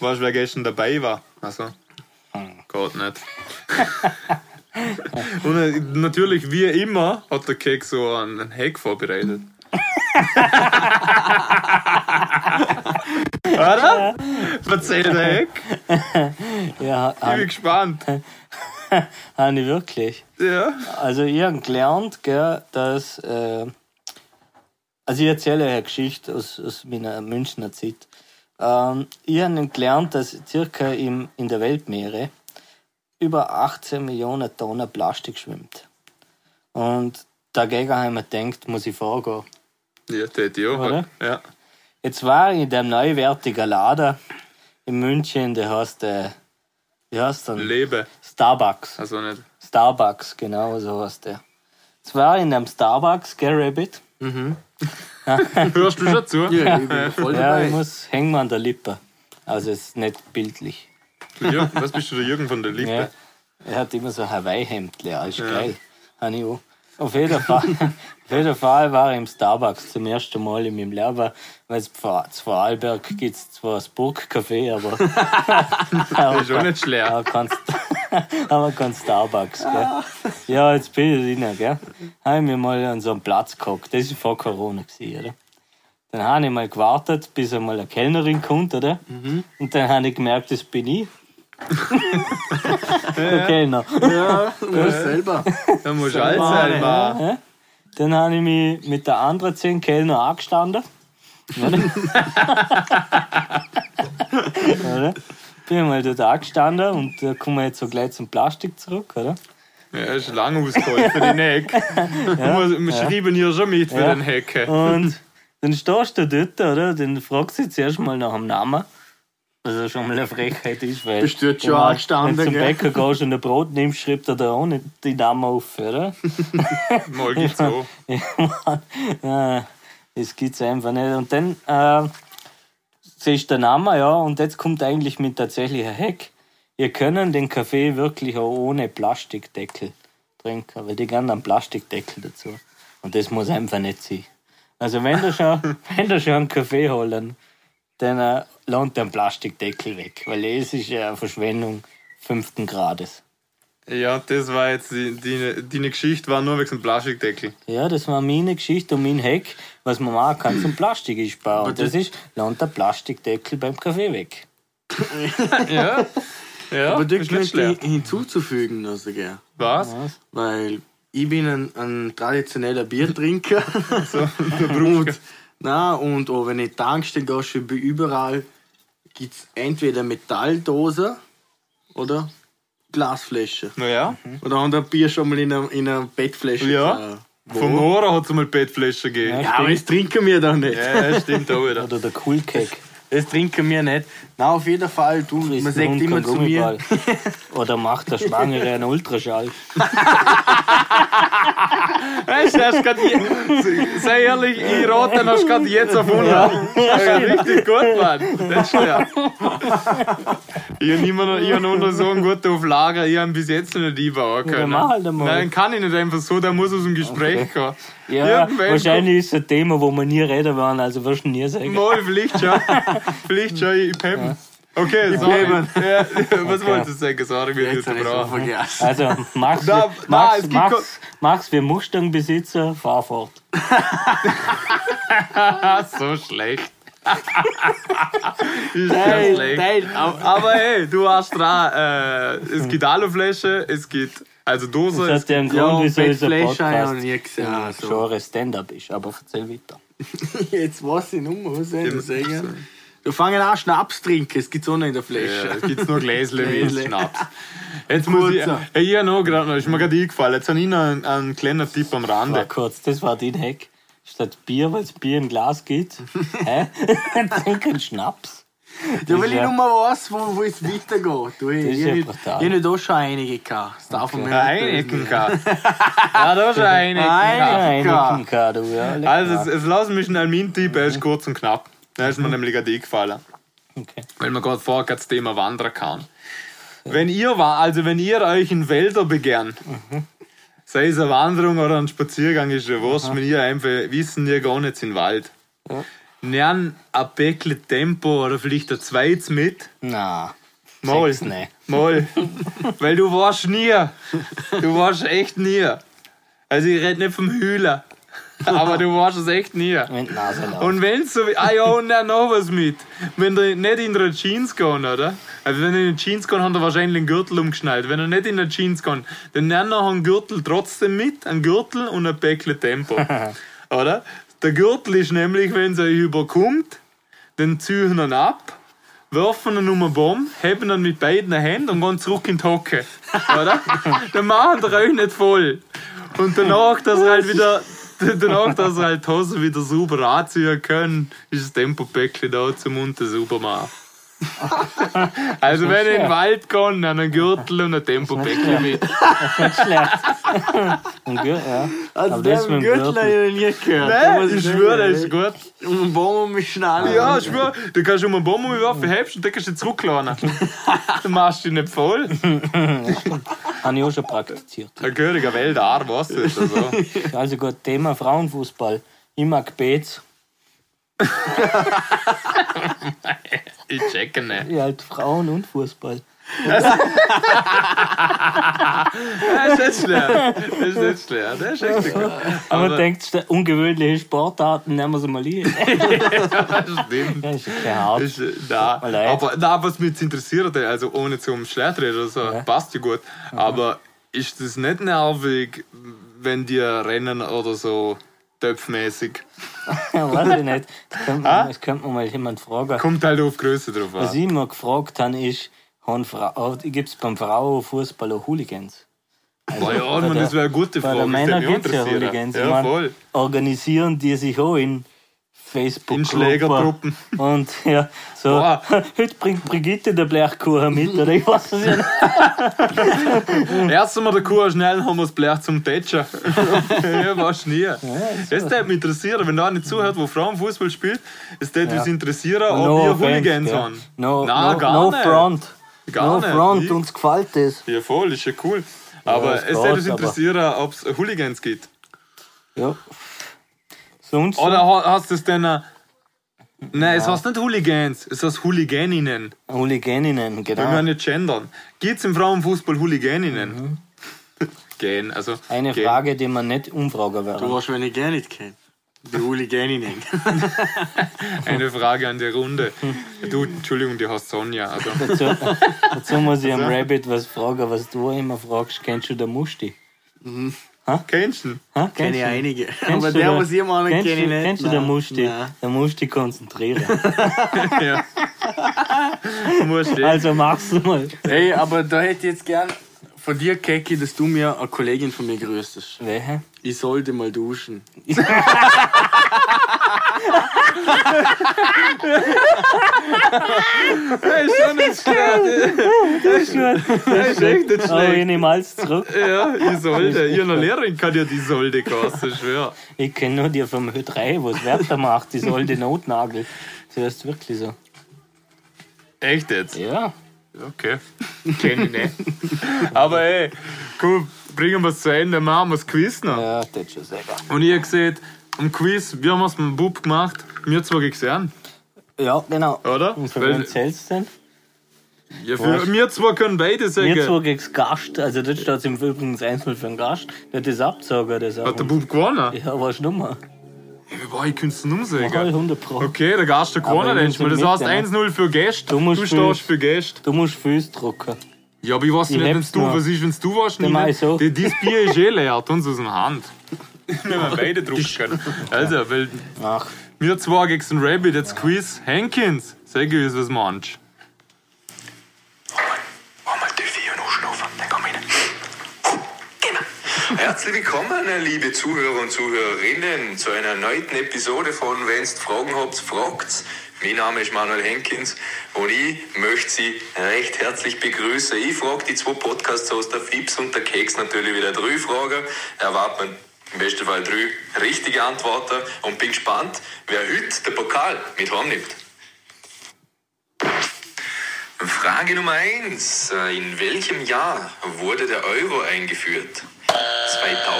Weißt du, wer gestern dabei war? Also, geht nicht. Und äh, natürlich, wie immer, hat der Keks so einen einen Hack vorbereitet. Oder? Erzähl der Heck. Ja, Ich bin han, gespannt. han ich wirklich. Ja. Also ich habe gelernt, gell, dass äh, also ich erzähle euch eine Geschichte aus, aus meiner Münchner Zeit. Ähm, ich habe gelernt, dass circa im, in der Weltmeere über 18 Millionen Tonnen Plastik schwimmt. Und dagegen habe ich mir gedacht, muss ich vorgehen. Ja, tät ich auch. Oder? Ja. Jetzt war ich in dem neuwertigen Laden in München, der heißt, äh, wie heißt der? Lebe. Starbucks. Also nicht. Starbucks, genau so heißt der. Zwar in einem Starbucks, gell, Rabbit? Hörst du schon zu? Ja, voll Ja, dabei. ich muss hängen wir an der Lippe. Also es ist nicht bildlich. Was bist du, der Jürgen von der Lippe? Ja. Er hat immer so Hawaii-Hemdle, alles geil. Habe ich auch. Auf jeden, Fall, auf jeden Fall war ich im Starbucks zum ersten Mal in meinem Leben, weil es Pfa- zu Vorarlberg gibt es zwar das Burgcafé, aber Das ist auch nicht schlecht. Aber kein, Sta- aber kein Starbucks, gell? Ja, jetzt bin ich rein, gell? Habe ich mir mal an so einen Platz gehockt. Das war vor Corona, gewesen, oder? Dann habe ich mal gewartet, bis einmal eine Kellnerin kommt, oder? Und dann habe ich gemerkt, das bin ich. Der Kellner. Du selber. Da musst du alt sein, Mann. Dann habe ich mich mit der anderen zehn Kellner angestanden. Oder? oder? Bin mal dort angestanden und da kommen wir jetzt so gleich zum Plastik zurück, oder? Ja, ist lang ausgeholt für den Hack. Wir wir schreiben hier schon mit für Ja. den Hack. Und dann stehst du dort, oder? Dann fragst du zuerst mal nach dem Namen. Was ja schon mal eine Frechheit ist, weil. Bist du jetzt schon wenn man- angestanden, Wenn du gell? zum Bäcker gehst und ein Brot nimmst, schreibt er da auch nicht die Namen auf, oder? Mal geht's so. Ja, Mann. Nein, das gibt's einfach nicht. Und dann äh, siehst du den Namen, ja, und jetzt kommt eigentlich mit tatsächlicher Hack. Wir können den Kaffee wirklich auch ohne Plastikdeckel trinken, weil die gerne einen Plastikdeckel dazu. Und das muss einfach nicht sein. Also wenn du schon, wenn du schon einen Kaffee holen, dann äh, lohnt den Plastikdeckel weg, weil es ist ja eine Verschwendung fünften Grades. Ja, das war jetzt die, die, deine Geschichte, war nur wegen dem Plastikdeckel. Ja, das war meine Geschichte und mein Hack, was man machen kann zum Plastik einsparen. Und das ist, lohnt der Plastikdeckel beim Kaffee weg. Ja? Ja, Aber aber du ist nicht könntest schlecht. hinzuzufügen, also, gell? Was? Weil ich bin ein, ein traditioneller Biertrinker. so, und, na, und auch wenn ich Tankstellen gehe, schon bei überall gibt es entweder Metalldose oder Glasflasche. Naja, Oder haben ein Bier schon mal in einer, in einer Bettflasche. Ja. äh, vom Mora hat es mal Bettflasche gegeben. Ja, aber das trinken wir doch nicht. Ja, ja stimmt auch wieder. Oder der Coolcake. Das trinken wir nicht. Na, auf jeden Fall, du, man Ist sagt ein immer zu Gummiball. mir, Oder macht der Schwangere einen Ultraschall. Weißt du, er ist grad je- sei ehrlich, ich rate, er ist gerade jetzt auf 100. Das ist richtig gut, Mann. Das ist ja. Ich habe immer noch, ich hab nur noch so einen guten auf Lager, ich habe bis jetzt noch nicht einbauen können. dann mach halt einmal. Nein, kann ich nicht einfach so, der muss aus dem Gespräch kommen. Ja, Irgendwann wahrscheinlich ist es ein Thema, wo wir nie reden werden, also wirst du nie sagen. Mal, vielleicht schon. Vielleicht schon, ich peppen. Okay, sorry. peppen. Ja, was wolltest du sagen? Sorry, wir jetzt sind habe ich es unterbrochen. vergessen. Also, Max, Da- Max, nein, es gibt Max, Max, wir Mustang-Besitzer, fahr fort. Ah, so schlecht. ist ja schlecht. Nein, Aber hey, du hast dran. Äh, es gibt Alufläche, es gibt also Dose. Das es hat ja einen gibt- Grund, wieso Bad unser Flash habe ich noch Podcast nie gesehen. ja, also. Genre Stand-Up ist, aber erzähl weiter. Jetzt weiß ich nicht mehr, was soll ich Eben, sagen. Du fangst an, Schnaps zu trinken, es gibt es auch noch in der Flasche. Ja, es gibt nur Gläsle mit Gläsle. Schnaps. Jetzt muss ich. Kurzer. Hey, ja, noch gerade noch. Ist mir gerade eingefallen. Jetzt habe ich noch einen, einen kleinen Tipp am War Rande. kurz, das war dein Hack. Statt Bier, weil es Bier im Glas gibt, hä? trinken Schnaps. Ja, weil ich ja- nur mal weiß, wo, wo es weitergeht. Du, ich ist ich ja nicht- ich brutal. habe nicht auch schon einige gehabt. Das darf man mir nicht Heineken kann. Ja, da ist ein Heineken. Heineken. Nein, Lecker. trinken kann du, ja. lecker. Also, es, es lassen mich einen Min-Tipp, er ist kurz und knapp. Da ist mir nämlich gerade eingefallen. Mhm. Okay. Weil man gerade vorher gerade das Thema Wandern kann. Wenn ihr wa- also wenn ihr euch in Wälder begern, Mhm. sei es eine Wanderung oder ein Spaziergang, ist ja wurscht, wenn ihr einfach wissen, ihr geht jetzt in den Wald. Nern ein Päckle Tempo oder vielleicht ein zweites mit. Na, Mal. Sechs, nee. Mal. Weil du warst nie. Du warst echt nie. Also ich rede nicht vom Hühler. Aber du warst es echt nie. mit Nase laufen. Und wenn so wie. Ah ja, und dann noch was mit. Wenn du nicht in der Jeans gehst, oder? Also, wenn du in der Jeans gehst, hat er wahrscheinlich einen Gürtel umgeschnallt. Wenn er nicht in der Jeans geht, dann nimmt er einen Gürtel trotzdem mit. Einen Gürtel und ein Päckchen Tempo. oder? Der Gürtel ist nämlich, wenn es euch überkommt, dann ziehen ihn ab, werfen ihn um einen Baum, heben ihn mit beiden Händen und gehen zurück in die Hocke. Oder? dann machen die euch nicht voll. Und danach, dass er halt wieder. Danach, dass er halt die Hose wieder sauber anziehen können, ist das Tempopäckchen da zum unten sauber machen. Also wenn ihr in den Wald geht, dann einen Gürtel und ein Tempopäckchen mit. schlecht. Und gut, ja. Also, Aber der das mit dem Gürtel Gürtel. habe ich noch nie gehört. Da muss Nein, ich schwöre, das ist gut. Um den Baum um mich schnallen. Ja, ich schwöre, du kannst um einen Baum umwerfen, hebst und dann kannst du ihn zurückladen. Dann machst du ihn nicht voll. Habe ich auch schon praktiziert. Ein gehöriger Wälder, arm, weißt du, ist das so. Also gut, Thema Frauenfußball. Ich mag Beetz. Ich checke nicht. Ja, halt Frauen und Fußball. Das ist nicht schlecht. Das ist nicht schlecht. Das ist echt gut. Aber, Aber- Aber denkt, ste- ungewöhnliche Sportarten nehmen wir sie mal hin. Das stimmt. Das ist ja kein Hart. Ist, äh, na, mir leid. aber na, was mich jetzt interessiert, also ohne zum Schlecht reden oder so, passt ja gut. Aber ist das nicht nervig, wenn die rennen oder so töpfmäßig? Ja, weiß ich nicht. Das könnte man, das könnte man mal jemand fragen. Kommt halt auf Größe drauf Was an. ich immer gefragt habe, ist, gibt es beim Frauenfußball auch Hooligans? Boah, ja, Mann, der- das wäre eine gute Bei Frage. den das würde Männern mich gibt es ja interessieren. Hooligans. Ich Ja, mein, voll. Organisieren die sich auch in facebook In Schlägertruppen. Und ja, so, Boah. heute bringt Brigitte der Blechkuchen mit, oder ich weiß es ja nicht. Erst einmal der Kuh schnell haben wir das Blech zum Tätschen. ja, was nie. das würde mich interessieren, wenn da nicht zuhört, wo Frauenfußball spielt, es würde mich interessieren, ob wir offense, Hooligans ja. haben. No, Nein, no, gar no nicht. front. Gar no nicht. front, Ich- uns gefällt das. Ja, voll, ist ja cool. Aber ist es würde uns groß, aber- interessieren, ob es Hooligans gibt. Ja. Sonst. Oder ha- hast du es denn. äh, Nein, es heißt nicht Hooligans, es heißt Hooliganinnen. Hooliganinnen, Wenn wir genau. nicht gendern. Gibt es im Frauenfußball Hooliganinnen? Gehen, also. Eine gehen. Frage, die man nicht umfragen Du werden. warst, wenn ich gar nicht kenne. Die Hooligani nicht. Eine Frage an die Runde. Du, Entschuldigung, die heißt Sonja. Also. Dazu, dazu muss ich am Rabbit was fragen, was du immer fragst. Kennst du den Musti? Kennst du ihn? Ha? Kenne ich Kennst du ihn? einige. Kennst Aber du der, den- was ich mal kenne, kennst kenne ich du- nicht. Kennst du den Nein, Musti? nein. Der Musti konzentrieren. Ja. Du musst eh- Also mach's mal. Ey, aber da hätte ich jetzt gern von dir, Keki, dass du mir eine Kollegin von mir grüßtest. Welche? Ich sollte mal duschen. Hey, schon nicht schlecht. Das ist echt nicht Aber ich schlecht. nehme alles zurück. Ja, Isolde. Ich eine Lehrerin kann ja die Isolde kosten, ich schwör. Ich kenne nur die vom H3, wo es Wärter macht, die soll den Notnagel. Das heißt wirklich so. Echt jetzt? Ja. Okay. Kenn ich nicht. Aber ey, komm, bringen wir es zu Ende, machen wir das Quiz noch. Ja, das ist schon selber. Und ich hab gesehen, am Quiz, wir haben es mit dem Bub gemacht, wir zwei gegen ihn, Ja, genau. oder? Und für Weil, wen zählst du denn? ja, für, wir zwei können beide sagen. Mir zwei gegen Gast, also das steht im übrigens einzeln für den Gast. Das ist Absager, das auch. Hat der Bub gewonnen? Ja, was Nummer? Ey, boah, ich könnte es nicht Voll sagen. 100 Pro. Okay, der Gast hat Aber gewonnen, wir denkst du mal. Das sind heißt mit, ja. 1-0 für Gäste, Du du, musst du für- stehst für Gäste. Du musst Füße drucken. Ja, aber ich weiß Ich nicht, wenn's hab's du, noch. was ist, wenn du warst, mach ich so. Die, dieses Bier ist eh leer, tun's aus dem Hand. Wenn wir beide drucken können. Also, weil Ach, wir zwei gegen den Rabbit, jetzt Quiz. Hankins, sag uns, was meinst Herzlich willkommen, liebe Zuhörer und Zuhörerinnen, zu einer neuen Episode von Wenn's Fragen habt, fragt's. Mein Name ist Manuel Henkins und ich möchte Sie recht herzlich begrüßen. Ich frage die zwei Podcasts aus der Fips und der Keks natürlich wieder drei Fragen. Erwartet man im besten Fall drei richtige Antworten und bin gespannt, wer heute den Pokal mit heimnimmt. Frage Nummer eins: Äh, In welchem Jahr wurde der Euro eingeführt?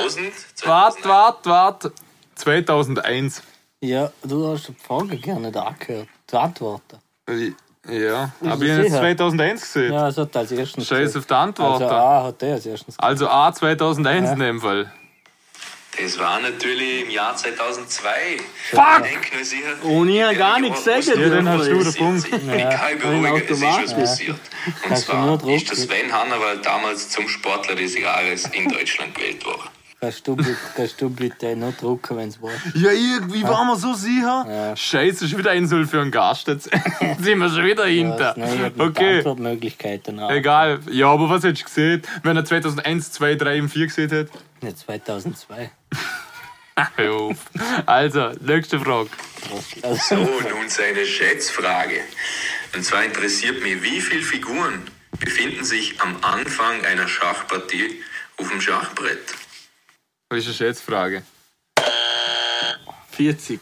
2000? Wart, wart, wart. 2001. ja, du hast die Frage gerne da angehört. Zu antworten. Ja, das aber ich habe jetzt sicher? 2001 gesehen. Ja, es hat Also, als erstens. Scheiß auf die Antwort. Also, A hat der als erstens. Also A 2001 in dem Fall. Das war natürlich im Jahr 2002. Fuck! Denk nur sicher. Und ich hab gar nichts gesagt. Ja, dann hast du den Passiert Punkt. sich. Ich kann beruhigen, es ist was Automat. passiert. Und Kannst du nur zwar drauf ist der Sven Hannawald damals zum Sportler des Jahres in Deutschland gewählt worden. Kannst du bitte, kannst du bitte noch drucken, wenn es war. Ja, irgendwie waren wir so sicher. Scheiße, schon wieder ein Soll für einen Gast. Jetzt sind wir schon wieder hinter. okay, Antwortmöglichkeiten auch. egal. Ja, aber was hättest du gesehen? Wenn er 2001, 2, 3 und 4 gesehen hätte? Ja, 2002. Hör auf. Also, nächste Frage. So, Also, nun seine Schätzfrage. Und zwar interessiert mich, wie viele Figuren befinden sich am Anfang einer Schachpartie auf dem Schachbrett? Das ist eine Schätzfrage. 40.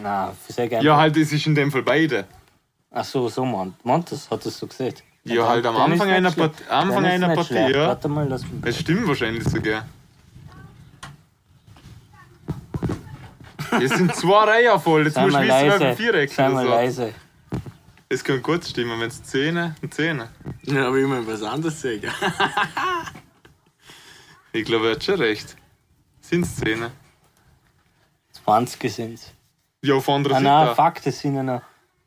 Nein, sehr gerne. Ja, halt, es ist in dem Fall beide. Ach so, so Mont Montes hat es so gesagt. Ja, halt am Dann ist Anfang nicht einer schlecht. Part- Anfang Dann ist einer nicht Partie, schlecht. ja. Warte mal, lass mich. Das stimmt wahrscheinlich sogar. Es sind zwei Reihen voll. Jetzt Sei musst du mal wissen, welchen leise. Viereck also. Sei das mal war. leise. Es kann kurz stimmen, wenn es Zähne und Zähne. Ja, aber ich mein was anderes sagen. Ich glaube, er hat schon recht. Sind es Zähne? 20 sind's. Ja, auf anderer Ah, Seite. nein, fuck, das sind ja noch.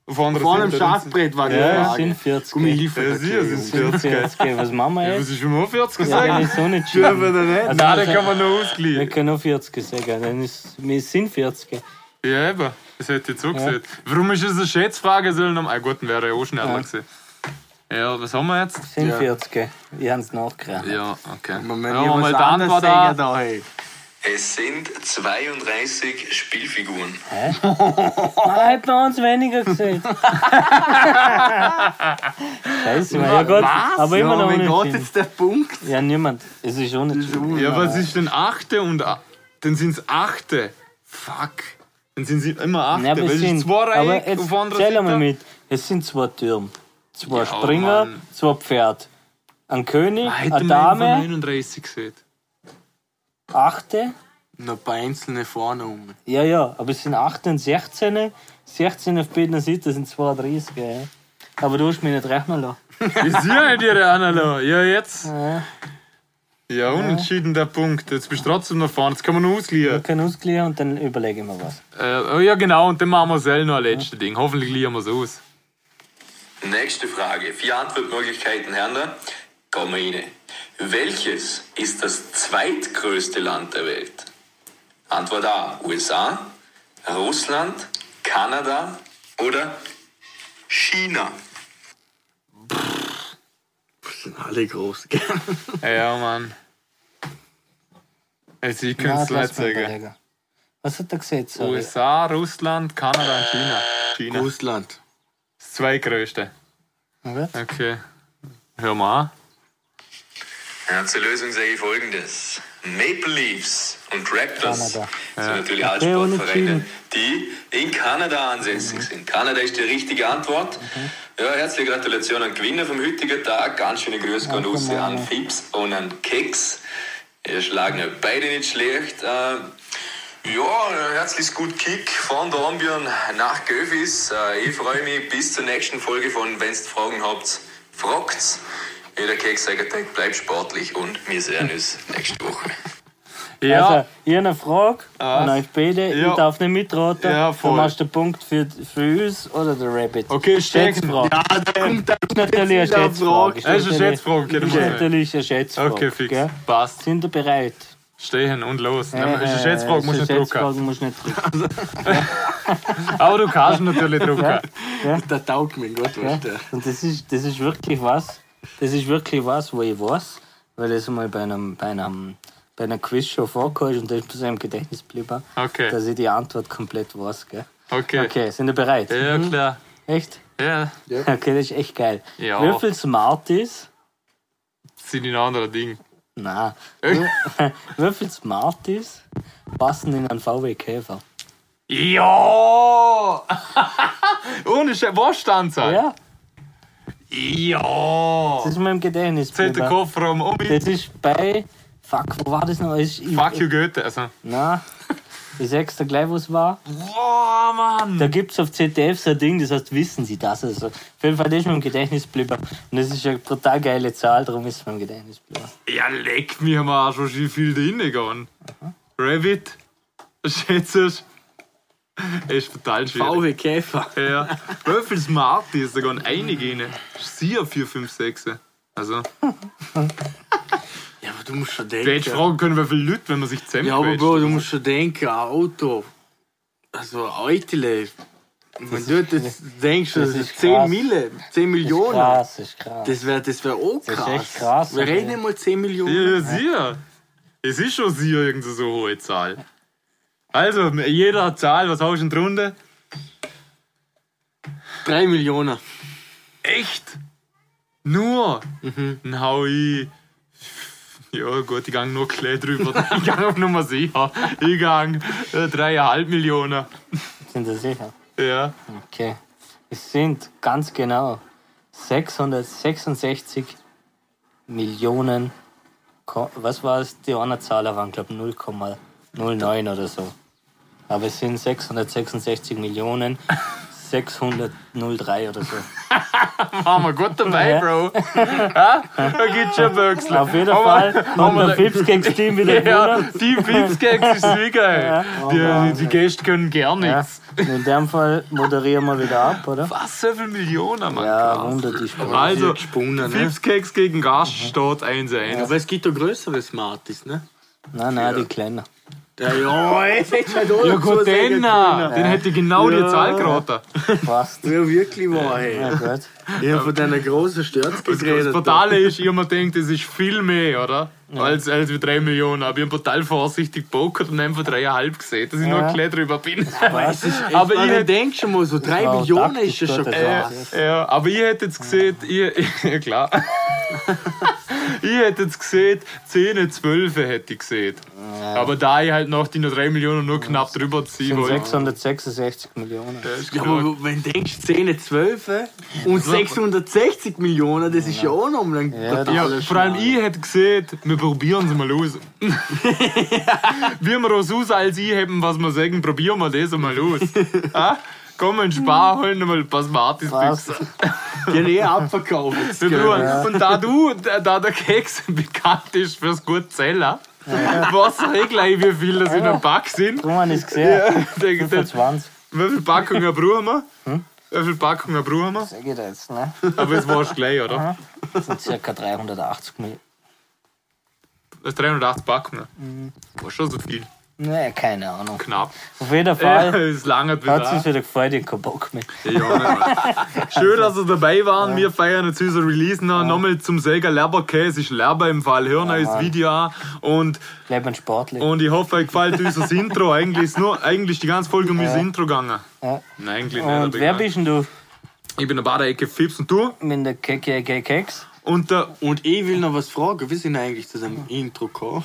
Auf anderer Vor einem Seite. dann Schachbrett war die Ja, es Frage. Um sind 40. Gummi Ja, liefert. Ja, sie, es ist es 40. sind Ja, 40. Was machen wir was jetzt? ist schon mal 40 Ja, wenn ich gesagt? so nicht Ja, schieben. Nein, Also, da kann man noch Wir ausgleichen. können auch 40 sagen. Dann ist, wir sind 40. Ja, eben. Das hätte ich jetzt so gesagt. Warum ist es eine Schätzfrage? Sollen am. Ah, gut, dann wäre er auch schneller Ja. gewesen. Ja, was haben wir jetzt? Sind 40. Ich habe es nachgerechnet. Ja, okay. Moment, ja, ich mal muss die Antwort an. da, hey. Es sind 32 Spielfiguren. Oh. Ah, hätten wir uns weniger gesehen. Scheiße, Mann. Ja, gut. Aber Ja, immer noch mein Gott, nicht. jetzt der Punkt. Ja, niemand. Es ist schon nicht. Ja, was ist denn achte und a- dann sind's achte. Fuck. Dann sind sie immer achte, Ja, aber weil es es ist sind, zwei aber Reihen auf jetzt anderer zähl mal Seite. mit. Es sind zwei Türme, zwei Ja, Springer, Mann. zwei Pferd. Ein König, Hätte eine man von Dame, 39 gesehen. achte. Noch ein paar einzelne vorne um. Ja, ja, aber es sind 18 und 16. 16 auf beiden Seiten sind 32. Ja. Aber du hast mich nicht rechnen lassen. Ist ja nicht ihre Analo. Ja, jetzt. Ja, unentschieden der Punkt. Jetzt bist du trotzdem noch vorne. Jetzt kann man noch ausgleichen. Wir können ausgleichen und dann überlege ich mir was. Äh, oh ja, genau. Und dann machen wir selber noch ein letztes Ding. Hoffentlich gleichen wir es aus. Nächste Frage. Vier Antwortmöglichkeiten, Herner. Kommen rein. Welches ist das zweitgrößte Land der Welt? Antwort A. USA, Russland, Kanada oder China. Sind alle groß, gell? Ja, Mann. Also, ich könnte Nein, es lass nicht mich sagen. überlegen. Was hat er gesagt? Sorry. USA, Russland, Kanada und China. China. Russland. Das zweitgrößte. Gut. Okay. Hör mal an. Ja, zur Lösung sage ich folgendes. Maple Leafs und Raptors Kanada. sind natürlich Okay, und Allsportvereine, entschieden. die in Kanada ansässig sind. Kanada ist die richtige Antwort. Ja, herzliche Gratulation an den Gewinner vom heutigen Tag. Ganz schöne Grüße gehen raus an Fips und an Keks. Ihr schlagen ja beide nicht schlecht. Äh, ja, herzliches Gut Kick von der Ambien nach Göfis. Äh, Ich freue mich bis zur nächsten Folge von Wenn's Fragen habt, fragt's. Jeder Keksägertag bleibt sportlich und wir sehen uns nächste Woche. Ja, Also, ich habe eine Frage Ah. an euch beide. Ja. Ich darf nicht mitraten. Ja, voll. du machst den Punkt für, für uns oder der Rabbit. Okay, Schätzfrage. Ja, das ist natürlich eine Schätzfrage. Das ist eine Schätzfrage, okay, Das ist dann machen wir. natürlich eine Schätzfrage. okay, fix. gell? Passt. Sind ihr bereit? Stehen und los. Nein, Äh, ist eine Schätzfrage, äh, musst ist nicht eine drucken. Schätzfrage, musst nicht drucken. Aber du kannst natürlich drucken. Der taugt mir gut, weißt du. Und das ist, das ist wirklich was, das ist wirklich was, wo ich weiß, weil das einmal bei einem, bei einem, bei einer Quizshow vorgekommen ist und das ist bis im Gedächtnis geblieben, Okay. dass ich die Antwort komplett weiß, gell? Okay. Okay, Mhm. sind ihr bereit? Ja, klar. Echt? Ja, Okay, das ist echt geil. Ja. Wie viel Smarties? sind in anderen Dingen. Nein. Wie viel Smarties passen in einen VW Käfer? Ja! Ohne Scheiß, was stand Ja, Ja! das ist mir im Gedächtnis Zehnter geblieben. Kofferraum um mich. Das ist bei. Fuck, wo war das noch? Das Ist, Fuck you Goethe. Also. Na, ich sag's dir gleich, wo es war. Boah, Mann! Da gibt's auf ZDF so ein Ding, das heißt, wissen Sie das? Also, auf jeden Fall, das ist mir im Gedächtnis geblieben. Und das ist eine total geile Zahl, darum ist es mir im Gedächtnis geblieben. Ja, leck mich am Arsch, was ist viel da hingegangen. Rabbit, schätzt es? Ist total schwierig. VW Käfer. Ja. Wie viel Smart ist? Da gehen einige rein. Sicher 4, 5, 6. Also, Ja, aber du musst schon du hättest denken. fragen können, wie viele Leute, wenn man sich zusammen Ja, aber Bro, du musst schon denken, ein Auto. Also ein Eutele. Wenn du jetzt denkst, das, das ist ist 10 krass. Mille, 10 Das ist Millionen. krass, das ist krass. Das wäre das wär auch ist krass. echt krass, Wir aber- reden nicht mal 10 Millionen. Ja, sicher. Es ist schon sicher irgendeine so hohe Zahl. Also, jeder hat Zahl, was hast du denn drunter? 3 Millionen. Echt? Nur? Mhm. Dann hau ich. Ja, gut, ich gang nur gleich drüber. ich gang auf Nummer sicher. Ich gang äh, dreieinhalb Millionen. Sind Sie sicher? Ja. Okay. Es sind ganz genau 666 Millionen. Ko- Was war es? Die anderen Zahlen waren, glaube ich, 0,09 oder so. Aber es sind 666 Millionen 603 oder so. Haben wir Ah, gut dabei, Ja. Bro. Ha? Da gibt's schon Böxel. Auf jeden Haben Fall wir- haben haben wir wir Fips gegen das Team wieder Ja, gewonnen. die Pipskeks ist wie geil. Die, die Gäste können gar Ja. nichts. In dem Fall moderieren wir wieder ab, oder? Was, so viel Millionen, Mann? Ja, wunder die Sprache. Also, gesponnen, ne? Fipskeks gegen Gast steht 1-1. Aber es gibt doch größere Smarties, ne? Nein, nein, die Kleiner. Ja, ja, jetzt hättest du halt auch Ja, dazu gut, sagen den, können. den hätte ich genau die Zahl geraten. Passt. Ja, wirklich wahr, hey. Ja, gut. Ich hab von deiner großen Stürz Das, das geredet. Portal ist, ich hab mir gedacht, das ist viel mehr, oder? Als, als wie 3 Millionen. Aber ich hab total vorsichtig gepokert und einfach 3,5 gesehen, dass ich nur Ja. gleich drüber bin. Was? Aber ich Aber ich hätte, denk schon mal, so 3 Ja, Millionen taktisch ist ja tut schon das krass. ja, aber ich hätte jetzt gesehen, ich, ja klar. ich hätte jetzt gesehen, 10, 12 hätte ich gesehen. Aber da ich halt noch die nur 3 Millionen nur knapp drüber ziehen sind wollte. 666 Millionen. das ist Ja, genug. aber wenn du denkst, 10, 12 und 660 Millionen, das ist ja auch noch mal ein Ja, Ja, totaler vor allem ich hätte gesehen, wir probieren es mal aus. Wie wir es aus als ich haben, was wir sagen, probieren wir das mal aus. ah? Komm in Spar, holen mal ein paar Smarties Passt. Büchse. Den eh abverkauft. Wir brauchen- Und da du, da da der Keks bekannt ist fürs gute Zeller, was eh gleich, wie viel das in einem Pack sind. Drum habe ich es gesehen. Denk ich, das- 25. Wie viele Packungen brauchen wir? Wie viele Packungen brauchen wir? Sag ich dir jetzt, ne? Aber es war's gleich, oder? Das sind circa 380 Millionen. Das 380 Packungen. War schon so viel. Nee, keine Ahnung. Knapp. Auf jeden Ja, Fall es langert hat es uns wieder. wieder gefreut, ich hab keinen Bock mehr. Ja, ja, Mann. Schön, dass ihr dabei waren. Wir feiern jetzt unser Release noch. Nochmal zum Säger Lerberkäse. Es ist ein Lerber im Fall. Hören euch das Video an. Und Bleibt man sportlich. Und ich hoffe, euch gefällt unser Intro. Eigentlich ist nur eigentlich ist die ganze Folge um unser Intro gegangen. Ja. Nein, eigentlich nicht. Und aber wer egal. bist denn du? Ich bin der Bader Ecke Fips und du. Mit der KKKKX? Und äh, der. Und ich will noch was fragen. Wir sind eigentlich zu seinem Intro gekommen.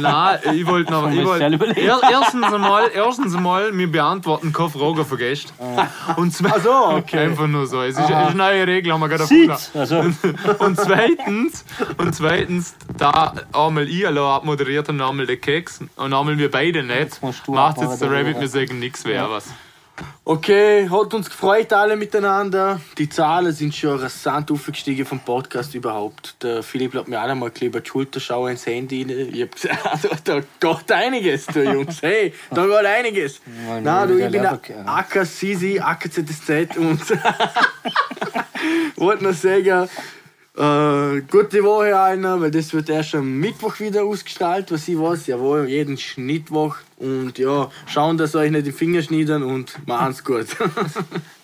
Nein, ich wollte noch. Ich mir wollt, schnell überlegen. er, erstens, einmal, erstens einmal, wir beantworten keine Frage von Gästen. Und zweitens. Einfach nur so. Es ist, es ist eine neue Regel, haben wir gerade erfunden. Sieht! Also, Und zweitens, und zweitens, da einmal ich allein abmoderiert und einmal der Keks und einmal wir beide nicht, musst du macht jetzt der abmoderieren. Rabbit, wir sagen nichts mehr. Was. Okay, hat uns gefreut alle miteinander. Die Zahlen sind schon rasant aufgestiegen vom Podcast überhaupt. Der Philipp hat mir auch einmal ein über die Schulter schauen ins Handy. Ich hab gesagt, also, da geht einiges, du Jungs. Hey, da geht einiges. Mann, Na, du, wieder ich bin der Leverkusen. Acker Sisi, Acker ZSZ und wollte noch sagen, äh, gute Woche allen, weil das wird erst am Mittwoch wieder ausgestrahlt, was ich weiß. Jawohl, jeden Schnittwoch. Und ja, schauen, dass ihr euch nicht die Finger schneiden und machen's gut.